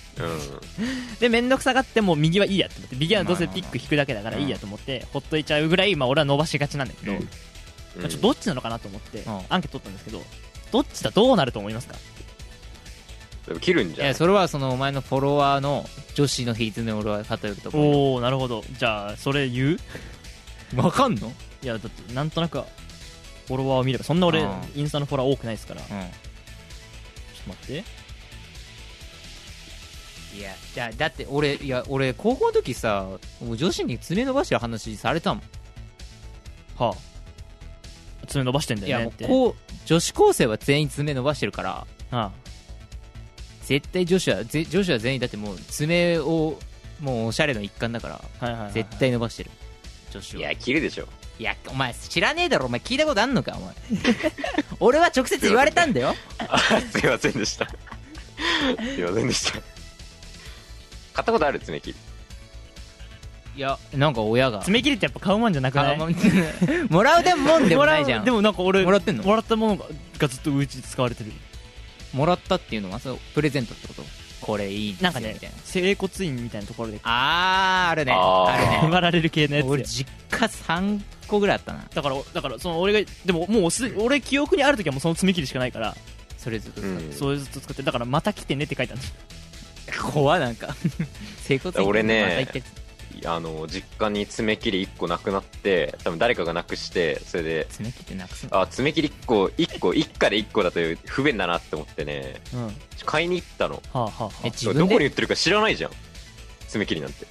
[SPEAKER 2] で面倒くさがってもう右はいいやって思って右はどうせピック引くだけだからいいやと思ってほっといちゃうぐらい、まあ、俺は伸ばしがちなんだけど、
[SPEAKER 4] うん
[SPEAKER 2] ま
[SPEAKER 3] うん
[SPEAKER 2] あちょっとどっちなのかなと思って、
[SPEAKER 4] ん
[SPEAKER 2] アンケート取ったんですけどどっちだどうなると思いますか
[SPEAKER 3] でも切るんじ
[SPEAKER 4] い
[SPEAKER 3] ゃん
[SPEAKER 4] やそれはそのお前のフォロワーの女子の比率に俺は偏ると思
[SPEAKER 2] おおなるほどじゃあそれ言う
[SPEAKER 4] うわかんの
[SPEAKER 2] いやだってなんとなくフォロワーを見ればそんな俺
[SPEAKER 4] あ
[SPEAKER 2] インスタのフォロワー多くないですからちょっ
[SPEAKER 4] う
[SPEAKER 2] と待って
[SPEAKER 4] んいやだだって俺いや俺高校の時さもう女子に爪伸ばしてる話されたもん、
[SPEAKER 2] はあ爪伸ばしてんだ
[SPEAKER 4] い
[SPEAKER 2] よね
[SPEAKER 4] やも
[SPEAKER 2] っ
[SPEAKER 4] う
[SPEAKER 2] て
[SPEAKER 4] こう女子高生は全員爪伸ばしてるから
[SPEAKER 2] あ
[SPEAKER 4] 絶対女子はぜ女子は全員だってもう爪をもうおしゃれの一環だから
[SPEAKER 2] あはいはいはい、はい、
[SPEAKER 4] 絶対伸ばしてる女子
[SPEAKER 3] い
[SPEAKER 4] はい
[SPEAKER 3] や切るでしょ
[SPEAKER 4] やお前知らねえだろお前聞いたことあんのかお前 俺は直接言われたんだよ
[SPEAKER 3] あすいませんでしたすいませんでした買ったことある爪切り
[SPEAKER 4] いやなんか親が
[SPEAKER 2] 爪切りってやっぱ買うもんじゃなくな
[SPEAKER 4] あ
[SPEAKER 2] い
[SPEAKER 4] もう もらうでももんでもないじゃん
[SPEAKER 2] でもなんか俺
[SPEAKER 4] もらってんの
[SPEAKER 2] もらったものががずっとうちで使われてる
[SPEAKER 4] もらったっていうのはそうプレゼントってことこれいいですよ
[SPEAKER 2] なんかね
[SPEAKER 4] みたいな
[SPEAKER 2] 整骨院みたいなところ で
[SPEAKER 4] あーあるね
[SPEAKER 3] あ
[SPEAKER 4] あ
[SPEAKER 3] ー
[SPEAKER 4] るね
[SPEAKER 2] 配られる系のやつ
[SPEAKER 4] 俺
[SPEAKER 2] よ
[SPEAKER 4] 実家3個ぐらいあったな
[SPEAKER 2] だからだからその俺がでももうす俺記憶にある時はもうその爪切りしかないから
[SPEAKER 4] それずっと
[SPEAKER 3] う
[SPEAKER 4] さ、
[SPEAKER 3] ん
[SPEAKER 2] それずっと使ってだからまた来てねって書いたんです
[SPEAKER 4] 怖なんか 整骨院
[SPEAKER 3] 俺ね
[SPEAKER 4] また行ったや
[SPEAKER 3] あの実家に爪切り1個なくなって多分誰かがなくしてそれで
[SPEAKER 4] つ爪切ってなくすの
[SPEAKER 3] あ爪切り1個1個1家で1個だと不便だなって思ってね
[SPEAKER 2] うんは
[SPEAKER 3] 買いに行ったの
[SPEAKER 2] あはあは
[SPEAKER 4] え
[SPEAKER 2] あ
[SPEAKER 4] 自
[SPEAKER 3] ど
[SPEAKER 4] 分
[SPEAKER 3] こに売
[SPEAKER 4] で
[SPEAKER 3] ってるか知らないじゃん爪切りなんて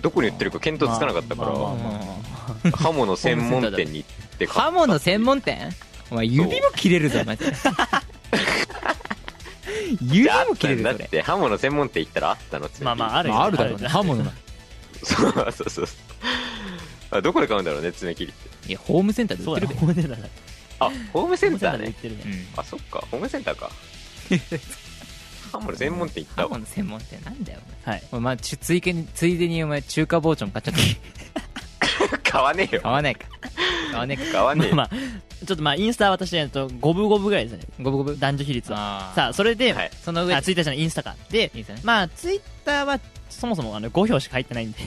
[SPEAKER 3] どこに売ってるか見当つかなかったから、
[SPEAKER 2] まあまあま
[SPEAKER 3] 刃物専門店に行って買
[SPEAKER 4] 刃
[SPEAKER 3] っ
[SPEAKER 4] 物専門店お前指も切れるぞマジで 指
[SPEAKER 3] た
[SPEAKER 4] も切れるぞ
[SPEAKER 3] だっ
[SPEAKER 4] これ
[SPEAKER 3] て刃物専門店行ったらあったの爪切り
[SPEAKER 2] まあまああるよ
[SPEAKER 4] まあ、あるだろうね刃物な
[SPEAKER 3] そうそうそうあどこで買うんだろうね爪切りって
[SPEAKER 4] いやホームセンターで
[SPEAKER 2] そ
[SPEAKER 4] 売っ
[SPEAKER 2] う
[SPEAKER 4] て
[SPEAKER 2] だねホー
[SPEAKER 4] るべ、
[SPEAKER 2] ムセンターだね
[SPEAKER 3] あホームセンター
[SPEAKER 2] ホームセンターで売
[SPEAKER 3] ね
[SPEAKER 2] ってるね
[SPEAKER 4] うん、
[SPEAKER 3] あそっかホームセンターか刃物専門店行ったわ
[SPEAKER 4] 刃物専門店なんだよお前
[SPEAKER 2] はい
[SPEAKER 4] お前まあ、ちゅついけについでにお前中華包丁も買っちゃった
[SPEAKER 3] 買わねえよ
[SPEAKER 4] 買わないか買わないか
[SPEAKER 3] 買わね
[SPEAKER 2] まあ
[SPEAKER 3] えよ
[SPEAKER 2] まあちょっとまあインスタは私えっと五分五分ぐらいですね
[SPEAKER 4] ごぶごぶ
[SPEAKER 2] 男女比率は
[SPEAKER 4] あ
[SPEAKER 2] さあそれで、
[SPEAKER 3] はい
[SPEAKER 4] その上
[SPEAKER 2] あツイッターじゃないインスタかで
[SPEAKER 4] いいですね
[SPEAKER 2] まあツイッターはそもそもあの5票しか入ってないんで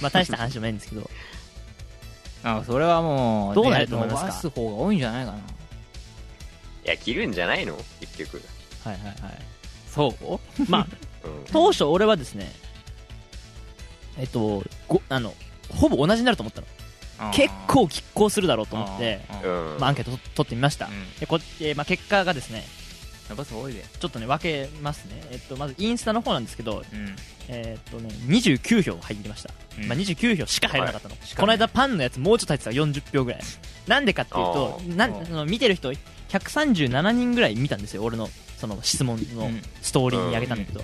[SPEAKER 2] まあ大した話じゃないんですけど
[SPEAKER 4] あそれはもう
[SPEAKER 2] どうなると思いますか
[SPEAKER 4] ね伸ばす方が多いんじゃないかない
[SPEAKER 3] や切るんじゃないの結局、
[SPEAKER 4] はいはいはい
[SPEAKER 2] そうまあ
[SPEAKER 3] うん、
[SPEAKER 2] 当初俺はですねえっとごあのほぼ同じになると思ったの
[SPEAKER 4] あー
[SPEAKER 2] 結構拮抗するだろうと思って
[SPEAKER 4] あーあー
[SPEAKER 3] うん
[SPEAKER 2] まあ、アンケートと取ってみました、
[SPEAKER 4] うん
[SPEAKER 2] でこえーまあ、結果がですね
[SPEAKER 4] 伸ばす方が多いで
[SPEAKER 2] ちょっとね分けますね、えっと、まずインスタの方なんですけど、
[SPEAKER 4] うん
[SPEAKER 2] えーっとね、29票入りました、
[SPEAKER 4] うん
[SPEAKER 2] まあ、29票しか入らなかったの、
[SPEAKER 4] いしか
[SPEAKER 2] この
[SPEAKER 4] ね
[SPEAKER 2] 間パンのやつもうちょっと入ってた40票ぐらいなんでかっていうと
[SPEAKER 3] あ
[SPEAKER 2] なん
[SPEAKER 4] あー
[SPEAKER 2] あの見てる人137人ぐらい見たんですよ俺のその質問の
[SPEAKER 4] うん
[SPEAKER 2] ストーリーにあげたんだけど、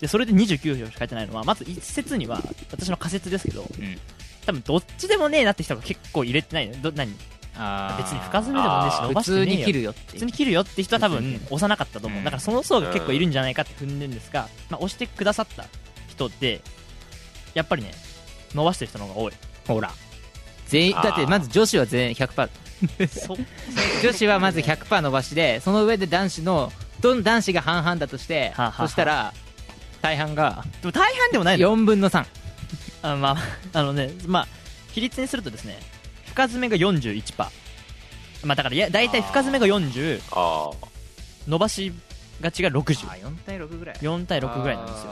[SPEAKER 2] でそれで29票しか入ってないのはまず一説には私の仮説ですけど
[SPEAKER 4] うん
[SPEAKER 2] 多分どっちでもねえなって人が結構入れてないのど何
[SPEAKER 4] あー
[SPEAKER 2] 別に深爪でもねえし
[SPEAKER 3] あー
[SPEAKER 2] 伸ば
[SPEAKER 4] 普
[SPEAKER 2] してねえ
[SPEAKER 4] 通
[SPEAKER 2] よ
[SPEAKER 4] に切るよって
[SPEAKER 2] 普通に切るよって人は多
[SPEAKER 4] 普通に
[SPEAKER 2] 分
[SPEAKER 4] 切
[SPEAKER 2] 押さなかったと思う、
[SPEAKER 4] うん
[SPEAKER 2] だからその層が結構いるんじゃないかって踏んでるんですが、まあ、押してくださった人ってやっぱりね伸ばしてる人の方が多いほら
[SPEAKER 4] 全員
[SPEAKER 3] あー
[SPEAKER 4] だってまず女子は全員100%
[SPEAKER 2] そ
[SPEAKER 4] 女子はまず100%伸ばしでその上で男子のどん男子が半々だとして
[SPEAKER 2] はあはあはあ
[SPEAKER 4] そしたら大半が
[SPEAKER 2] でも大半でもないのよ
[SPEAKER 4] 4分の3
[SPEAKER 2] あ まああのねまあ比率にするとですね深爪が41%パーまあだからいや大体深爪が40
[SPEAKER 3] あー
[SPEAKER 2] 伸ばしがちが604
[SPEAKER 4] 4対6ぐらい
[SPEAKER 2] 対6ぐらいなんです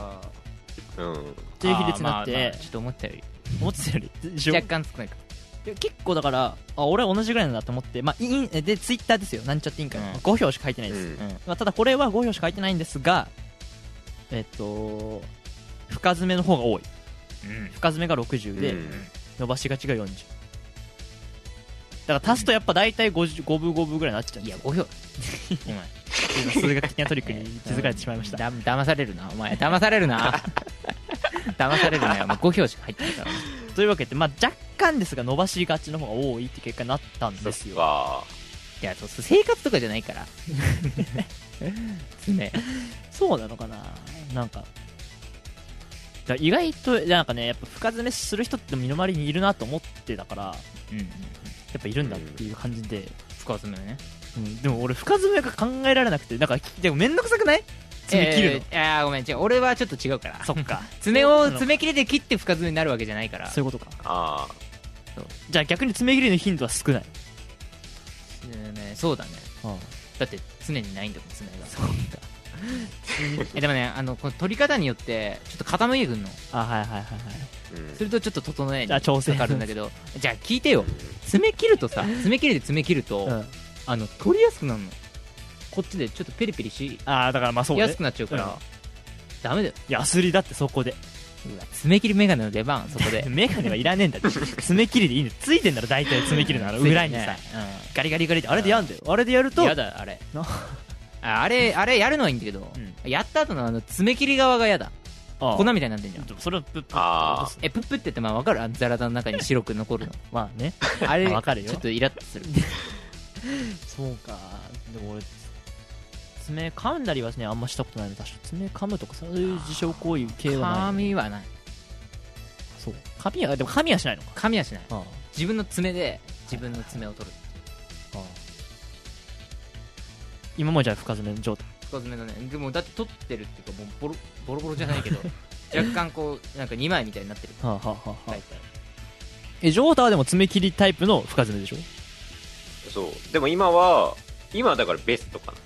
[SPEAKER 2] よ
[SPEAKER 4] よ
[SPEAKER 3] うん
[SPEAKER 2] っていう比率になっ
[SPEAKER 4] まあまあ
[SPEAKER 2] て
[SPEAKER 4] ちょっと思ったより
[SPEAKER 2] 思ってたより
[SPEAKER 4] 若干少ないか
[SPEAKER 2] で結構だからあ俺は同じぐらいなんだと思って、まあ、いいでツイッターですよなんちゃっていいんか、
[SPEAKER 4] うん
[SPEAKER 2] 5票しか書いてないです、
[SPEAKER 3] うん
[SPEAKER 4] うん
[SPEAKER 2] まあ、ただこれは5票しか書いてないんですがえっと深爪の方が多い深爪が60で、
[SPEAKER 3] うん
[SPEAKER 2] 伸ばしがちが40だから足すとやっぱ大体50 5分5分ぐらいになっちゃうん
[SPEAKER 4] い
[SPEAKER 2] で
[SPEAKER 4] や
[SPEAKER 2] すよ
[SPEAKER 4] 5票お 前
[SPEAKER 2] 今数学的なトリックに気づかれてしまい ました
[SPEAKER 4] だ騙されるなお前騙される な騙されるなよ、まあ、5票しか入ってないから
[SPEAKER 2] というわけで、まあ、若干ですが伸ばしがちの方が多いって結果になったんですよ
[SPEAKER 3] わ
[SPEAKER 4] いやそう生活とかじゃないから 爪
[SPEAKER 2] そうなのかななんかだから意外となんかねやっぱ深爪する人って身の回りにいるなと思ってたからや
[SPEAKER 4] うん
[SPEAKER 2] っぱいるんだっていう感じで、
[SPEAKER 4] 深爪ね
[SPEAKER 2] うんでも俺深爪が考えられなくてなんかでも面倒くさくない爪切るの、
[SPEAKER 4] えーあーごめん違う俺はちょっと違うか ら
[SPEAKER 2] そっか
[SPEAKER 4] 爪を
[SPEAKER 2] そう
[SPEAKER 4] 爪切りで切って深爪になるわけじゃないから
[SPEAKER 2] そういうことか
[SPEAKER 3] あああ
[SPEAKER 2] じゃあ逆に爪切りの頻度は少ない
[SPEAKER 4] 爪そうだねだって常にないんだもん爪がそう えでもねあのこの取り方によってちょっと傾いてくんの
[SPEAKER 2] あはいはいはいはい
[SPEAKER 3] うん
[SPEAKER 4] するとちょっと整えに
[SPEAKER 2] あ調整
[SPEAKER 4] かかるんだけどじゃあ聞いてよ爪切るとさ爪切りで爪切ると、
[SPEAKER 2] うん
[SPEAKER 4] あの取りやすくなるのこっちでちょっとペリペリし
[SPEAKER 2] ああだからまあそうね
[SPEAKER 4] やすくなっちゃうから、
[SPEAKER 2] うん
[SPEAKER 4] ダメだよ
[SPEAKER 2] ヤスリだってそこで
[SPEAKER 4] うわ爪切りメガネの 出番そこで
[SPEAKER 2] メガネはいらねえんだって 爪切りでいいんだよついてんだろ大体爪切るなら裏にさ、
[SPEAKER 4] ね
[SPEAKER 2] ガリガリガリってあれでやんだよあれでやる
[SPEAKER 4] う
[SPEAKER 2] と
[SPEAKER 4] ん、やだあれ
[SPEAKER 2] な
[SPEAKER 4] ああれあれやるのはいいんだけど、
[SPEAKER 2] う
[SPEAKER 4] やった後のあの爪切り側がやだ
[SPEAKER 2] ああ
[SPEAKER 4] 粉みたいになってんじゃん
[SPEAKER 2] でもそれをプップッ
[SPEAKER 3] あー
[SPEAKER 2] 落とす
[SPEAKER 4] えプップってってまあ分かるあのザラダの中に白く残るの
[SPEAKER 2] まあね
[SPEAKER 4] あれ
[SPEAKER 2] わかるよ
[SPEAKER 4] ちょっとイラッとする
[SPEAKER 2] そうかでも俺爪噛んだりはねあんましたことないの確か爪噛むとかそういう自傷行為系はない
[SPEAKER 4] 髪はない
[SPEAKER 2] そう髪はでも髪はしないのか
[SPEAKER 4] 髪はしない
[SPEAKER 2] ああ
[SPEAKER 4] 自分の爪で自分の爪を取る
[SPEAKER 2] ああ今もじゃあ深爪の状態
[SPEAKER 4] 深爪だねでもだって取ってるっていうかもうボロボロボロじゃない けど若干こうなんか2枚みたいになってる
[SPEAKER 2] はあ、はあはあはあ
[SPEAKER 4] 大体
[SPEAKER 2] えジョータはでも爪切りタイプの深爪でしょ
[SPEAKER 3] そうでも今は今はだからベストかな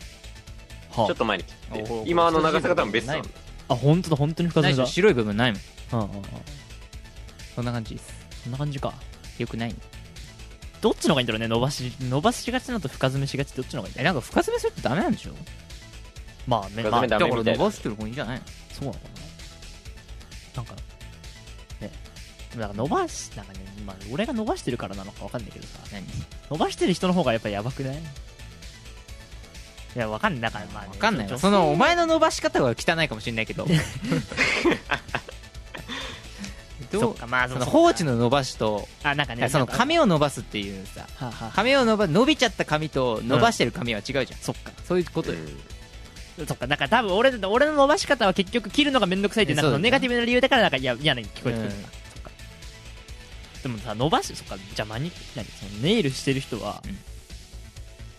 [SPEAKER 2] は
[SPEAKER 3] ちょっと前に切って
[SPEAKER 4] おお
[SPEAKER 3] 今の長さが多分ベストなんだ
[SPEAKER 2] ああ本当だ本当に深
[SPEAKER 4] ない
[SPEAKER 2] 爪
[SPEAKER 4] し
[SPEAKER 2] だ
[SPEAKER 4] ょ白い部分ないもん
[SPEAKER 2] うんうんうん
[SPEAKER 4] そんな感じです
[SPEAKER 2] そんな感じか
[SPEAKER 4] よくない
[SPEAKER 2] どっちの方がいいんだろうね伸ばし伸ばしがちなのと深爪しがちってどっちの方がいいんだ
[SPEAKER 4] え
[SPEAKER 2] ろ
[SPEAKER 4] なんか深爪するとダメなんでしょ
[SPEAKER 2] うまあね
[SPEAKER 3] 深爪
[SPEAKER 2] まあ
[SPEAKER 3] ダメ
[SPEAKER 4] だから
[SPEAKER 3] みたい
[SPEAKER 4] 伸
[SPEAKER 3] な
[SPEAKER 4] ばしてる方がいいんじゃないの
[SPEAKER 2] そうなのかななんかねでもなんか伸ばしなんかね、まあ、俺が伸ばしてるからなのかわかんないけどさ
[SPEAKER 4] 何
[SPEAKER 2] 伸ばしてる人の方がやっぱやばくないいやわかんないだからまあ、ね、
[SPEAKER 4] わかんない
[SPEAKER 2] 女
[SPEAKER 4] よ
[SPEAKER 2] 性
[SPEAKER 4] そのお前の伸ばし方は汚いかもしれないけど
[SPEAKER 2] そ
[SPEAKER 4] ど
[SPEAKER 2] っ
[SPEAKER 4] う
[SPEAKER 2] かまあ
[SPEAKER 4] そ
[SPEAKER 2] っ
[SPEAKER 4] の
[SPEAKER 2] か
[SPEAKER 4] 放置の伸ばしと
[SPEAKER 2] あなんか
[SPEAKER 4] いや
[SPEAKER 2] ね
[SPEAKER 4] その
[SPEAKER 2] 髪
[SPEAKER 4] 髪を伸ばすっていうさ
[SPEAKER 2] はあはあ
[SPEAKER 4] 髪を伸ば伸びちゃった髪と伸ばしてる髪は違うじゃん、
[SPEAKER 2] そっか
[SPEAKER 4] そういうことよ、
[SPEAKER 2] そっかなんか多分俺俺の伸ばし方は結局切るのがめんどくさいっていうなんかそ
[SPEAKER 4] えそうだ
[SPEAKER 2] の
[SPEAKER 4] ね
[SPEAKER 2] ネガティブな理由だからなんかいや嫌なに聞こえてくる、
[SPEAKER 4] うん
[SPEAKER 2] そっかでもさ伸ばしそっかじゃあマニ何そのネイルしてる人は、
[SPEAKER 4] うん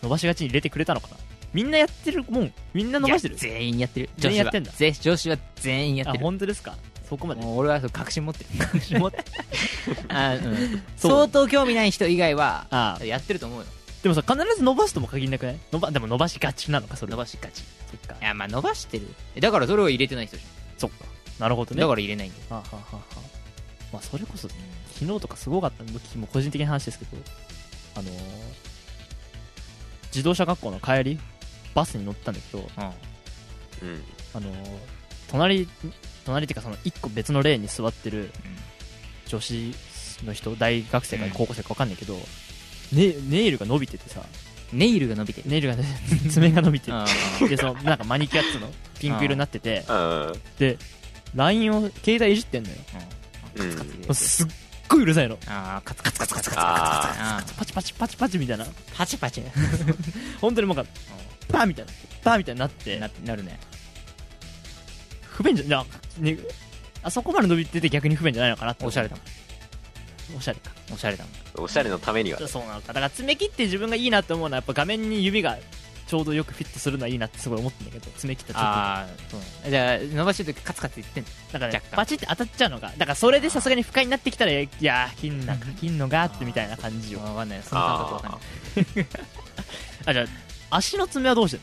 [SPEAKER 2] 伸ばしがちに入れてくれたのかなみんなやってるもんみんな伸ばしてる
[SPEAKER 4] いや全員やってる
[SPEAKER 2] 全員やってんだ
[SPEAKER 4] 女子はぜ女子は全員やっ
[SPEAKER 2] あ
[SPEAKER 4] てる
[SPEAKER 2] 本当ですかそこまで
[SPEAKER 4] もう俺はそう確信持ってる確信
[SPEAKER 2] 持って
[SPEAKER 4] るあ、うん、
[SPEAKER 2] そう
[SPEAKER 4] 相当興味ない人以外 は
[SPEAKER 2] ああ
[SPEAKER 4] やってると思うよ
[SPEAKER 2] でもさ必ず伸ばすとも限らなくない伸ばでも伸ばしがちなのかそれ
[SPEAKER 4] 伸ばしがちい
[SPEAKER 2] そっか
[SPEAKER 4] やまあ伸ばしてるえだからそれを入れてない人じ
[SPEAKER 2] そっかなるほ
[SPEAKER 4] ゃ
[SPEAKER 2] ど
[SPEAKER 4] ん
[SPEAKER 2] ね
[SPEAKER 4] だから入れないんだよ
[SPEAKER 2] はあ、はあはあはあ、まあそれこそ昨日とかすごかったんで僕も個人的な話ですけどあのー自動車学校の帰りバスに乗ったんだけど
[SPEAKER 4] うん
[SPEAKER 3] うん。
[SPEAKER 2] あのー隣隣っていうかその1個別のレーンに座ってる女子の人大学生か
[SPEAKER 4] うん
[SPEAKER 2] 高校生か分かんないけど、ねネイルが伸びててさ
[SPEAKER 4] ネイルが伸びてる
[SPEAKER 2] ネイルがね 爪が伸びて
[SPEAKER 4] うん
[SPEAKER 2] てでそのなんかマニキュアっつうのピンク色になってて
[SPEAKER 3] うん。
[SPEAKER 2] で LINE を携帯いじってんのよ
[SPEAKER 3] うん。
[SPEAKER 2] もうすっごいうるさいの
[SPEAKER 4] ああカツカツカツカツカツカツ
[SPEAKER 3] ああ。
[SPEAKER 4] ああ
[SPEAKER 2] パチパチパチパチみたいな
[SPEAKER 4] パチパチ
[SPEAKER 2] 本当にもうなんかパーみたいなパーみたいになって
[SPEAKER 4] ななるね
[SPEAKER 2] 不便じゃなねあそこまで伸びてて逆に不便じゃないのかなって
[SPEAKER 4] おしゃれだも
[SPEAKER 2] おしゃれか
[SPEAKER 4] んおしゃれだもん
[SPEAKER 3] おしゃれのためには。
[SPEAKER 2] そうなのかだから爪切って自分がいいなって思うのはやっぱ画面に指がちょうどよくフィットするのはいいなってすごい思ってんだけど爪切ったら
[SPEAKER 4] ああそうねじゃあ伸ばしてる時カツカツいってんの
[SPEAKER 2] ちょっとだから
[SPEAKER 4] 若干
[SPEAKER 2] パチって当たっちゃうのがだからそれでさすがに不快になってきたらいやー切んなか切んのがってみたいな感じよ
[SPEAKER 4] わかんないその感覚わかんな
[SPEAKER 3] あ
[SPEAKER 4] い
[SPEAKER 2] あじゃあ足の爪はどうしてん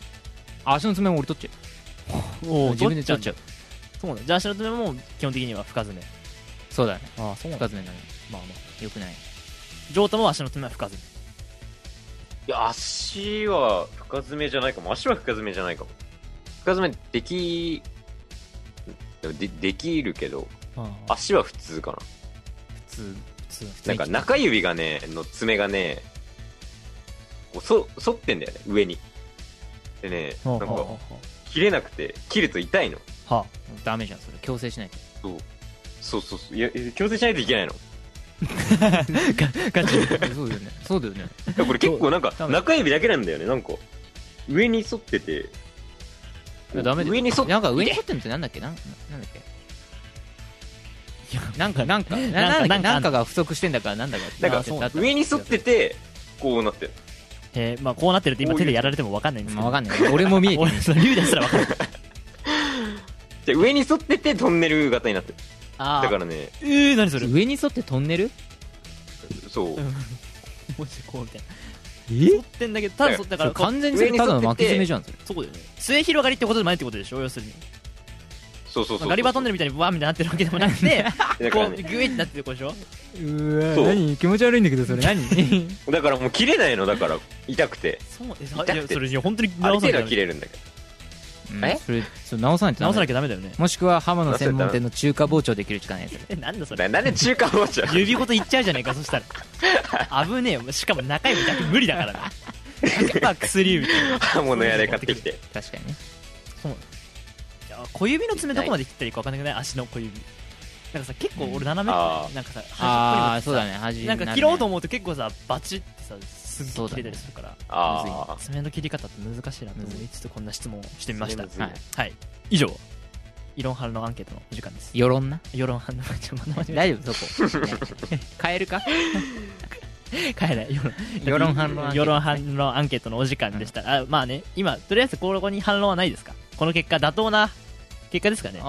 [SPEAKER 4] あ足の爪も俺取っちゃ
[SPEAKER 2] の
[SPEAKER 4] う自分で取っちゃ
[SPEAKER 2] う
[SPEAKER 4] う
[SPEAKER 2] そうなのじゃあ足の爪も基本的には深爪
[SPEAKER 4] そうだね
[SPEAKER 2] ああそう
[SPEAKER 4] 深爪なの
[SPEAKER 2] まあま
[SPEAKER 4] よくない
[SPEAKER 2] あ上太も足の爪は深爪
[SPEAKER 3] いや、足は深爪じゃないかも。足は深爪じゃないかも。深爪でき、でできるけど、足は普通かな。
[SPEAKER 4] 普通普通普通
[SPEAKER 3] なんか中指がね、の爪がね、こうそ、反ってんだよね、上に。でね、なん
[SPEAKER 2] はあは
[SPEAKER 3] か、切れなくて、切ると痛いの。
[SPEAKER 2] あはあは
[SPEAKER 4] ダメじゃんそれ強制し ないと
[SPEAKER 3] そう。そうそうそう。いや、いや強制しないといけないの。
[SPEAKER 2] あガガチ
[SPEAKER 4] そうだよねそうだよね
[SPEAKER 3] いやこれ結構なんか
[SPEAKER 4] ダ、メ
[SPEAKER 3] 中指だけなんだよね、なんか。上に反ってて。
[SPEAKER 4] いやダメだよ
[SPEAKER 3] 上に沿って
[SPEAKER 4] なんか上に沿ってんのってなんだっけなんなんだっけなんかなんかな
[SPEAKER 2] なんか
[SPEAKER 4] なんだ
[SPEAKER 2] な
[SPEAKER 4] っけ
[SPEAKER 2] んか
[SPEAKER 4] なんかが不足してんだからなんだか
[SPEAKER 3] な
[SPEAKER 4] なん
[SPEAKER 3] か
[SPEAKER 4] だった
[SPEAKER 3] 上に沿ってて、こうなってる。
[SPEAKER 2] えーまあこうなってると今手でやられても分かんないんですけ
[SPEAKER 4] まあ
[SPEAKER 2] ど
[SPEAKER 4] わかんない俺も見えて
[SPEAKER 2] 俺
[SPEAKER 4] る
[SPEAKER 2] その竜ですら分かんない
[SPEAKER 3] じゃあ上に沿っててトンネル型になってる。
[SPEAKER 2] あ
[SPEAKER 3] だからね、
[SPEAKER 2] えー、何それ
[SPEAKER 4] 上に沿ってトンネル
[SPEAKER 3] そう。
[SPEAKER 2] もしこうみたいな
[SPEAKER 4] え
[SPEAKER 2] 取ってんだけどただそだからこう
[SPEAKER 4] 完全にそれただの巻き爪じゃんそれ
[SPEAKER 2] そうだよね末広がりってことでもないってことでしょ要するに
[SPEAKER 3] そうそうそうそう。
[SPEAKER 2] ガリバートンネルみたいにバーンみたいになってるわけでもなくて
[SPEAKER 3] だか
[SPEAKER 2] こ
[SPEAKER 3] ら
[SPEAKER 2] う
[SPEAKER 3] ね、
[SPEAKER 2] グイってなってる子でしょ
[SPEAKER 4] うわ
[SPEAKER 3] そう
[SPEAKER 4] 何気持ち悪いんだけどそれ何
[SPEAKER 3] だからもう切れないの、だから、痛くて。
[SPEAKER 2] そう
[SPEAKER 3] 痛くて
[SPEAKER 2] えいやそれに本当に
[SPEAKER 3] ある
[SPEAKER 2] 直さ
[SPEAKER 3] 程
[SPEAKER 2] な
[SPEAKER 3] 度
[SPEAKER 2] きゃダ
[SPEAKER 3] は切
[SPEAKER 2] メ
[SPEAKER 3] れるんだけど。
[SPEAKER 4] えそれそう直さないとダメ
[SPEAKER 2] 直さなきゃダメだよね
[SPEAKER 4] もしくは浜野専門店の中華包丁できるしかないそれ
[SPEAKER 2] えなんだそ
[SPEAKER 3] な
[SPEAKER 2] れ
[SPEAKER 3] なんで中華包丁
[SPEAKER 2] 指ごといっちゃうじゃねえかそした ら危ねえよしかも中指だけ無理だからなまあ薬指
[SPEAKER 3] 刃物やで買ってきて。
[SPEAKER 4] 確かにね
[SPEAKER 2] いや小指の爪どこまで切ったらいいか分かんなくない足の小指なんかさ結構俺斜め
[SPEAKER 3] あー
[SPEAKER 2] なんかさ
[SPEAKER 4] ああ
[SPEAKER 2] 端っこに向けてさ
[SPEAKER 4] そうだね端に
[SPEAKER 2] なん
[SPEAKER 4] る
[SPEAKER 2] か
[SPEAKER 4] ね
[SPEAKER 2] 切ろうと思うと結構さバチってさすぐ切れたりするから、
[SPEAKER 3] ああ。
[SPEAKER 2] 爪の切り方って難しいなと思いつつこんな質問をしてみました
[SPEAKER 3] むずいね
[SPEAKER 2] はいはい以上異論派のアンケートのお時間です
[SPEAKER 4] 世 論な
[SPEAKER 2] 世論派のちょっと待って
[SPEAKER 4] 大丈夫そこね変えるか
[SPEAKER 2] 帰れ世論
[SPEAKER 4] 世論反論アンケート
[SPEAKER 2] 世論反論アンケートのお時間でした、あまあね今とりあえずここに反論はないですかこの結果妥当な結果ですかね
[SPEAKER 4] あ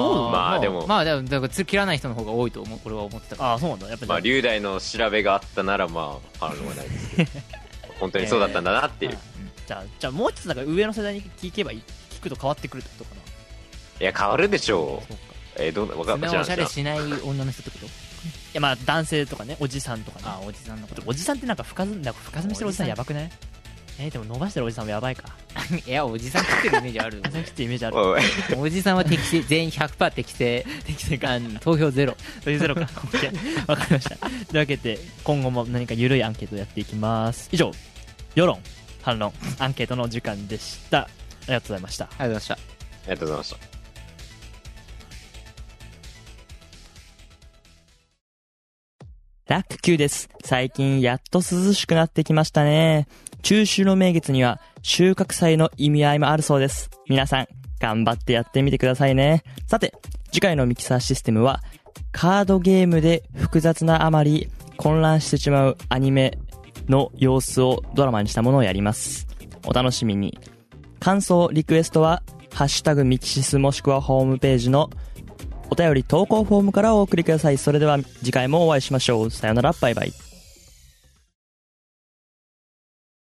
[SPEAKER 2] どう
[SPEAKER 4] あ
[SPEAKER 3] まあでも
[SPEAKER 4] まあでもだからつ切らない人の方が多いと思う俺は思ってたから
[SPEAKER 2] ああそうなんだやっぱり、
[SPEAKER 3] まあ、龍大の調べがあったなら、まあ、反論はないですけど。本当にそうだったんだなっていう。
[SPEAKER 2] じゃあじゃあもう一つなんか上の世代に聞けばいい聞くと変わってくるってことかない
[SPEAKER 3] や、変わるでしょう。
[SPEAKER 2] そうか
[SPEAKER 3] えー、どんな、わかんな
[SPEAKER 4] 爪
[SPEAKER 3] い。
[SPEAKER 4] をおしゃ
[SPEAKER 3] 知ら
[SPEAKER 4] れ
[SPEAKER 3] ん知
[SPEAKER 4] しない女の人ってこと
[SPEAKER 2] いやまあ男性とかねおじさんとかね
[SPEAKER 4] ああおじさんのこと
[SPEAKER 2] おじさんってなんか深ずなんか深爪してるおじさんやばくないえー、でも伸ばしてるおじさんもやばいか。
[SPEAKER 4] いやおじさん食ってるイメージある
[SPEAKER 2] おじさん切ってイメージある
[SPEAKER 3] ら。んおい
[SPEAKER 4] おじさんは適正全員100%適 正
[SPEAKER 2] 適正
[SPEAKER 4] あ
[SPEAKER 2] か。
[SPEAKER 4] の投票ゼロ
[SPEAKER 2] というゼロか。オッケーわかりました。というわけで、今後も何か緩いアンケートをやっていきます。以上、世論、反論、アンケートの時間でした。ありがとうございました。
[SPEAKER 4] ありがとうございました
[SPEAKER 3] ありがとうございました。
[SPEAKER 2] ラック Q です。最近やっと涼しくなってきましたね。中秋の名月には収穫祭の意味合いもあるそうです。皆さん、頑張ってやってみてくださいね。さて、次回のミキサーシステムは、カードゲームで複雑なあまり混乱してしまうアニメの様子をドラマにしたものをやります。お楽しみに。感想、リクエストは、ハッシュタグミキシスもしくはホームページのおお便り投稿フォームからお送りくださいそれでは次回もお会いしましょうさよならバイバイ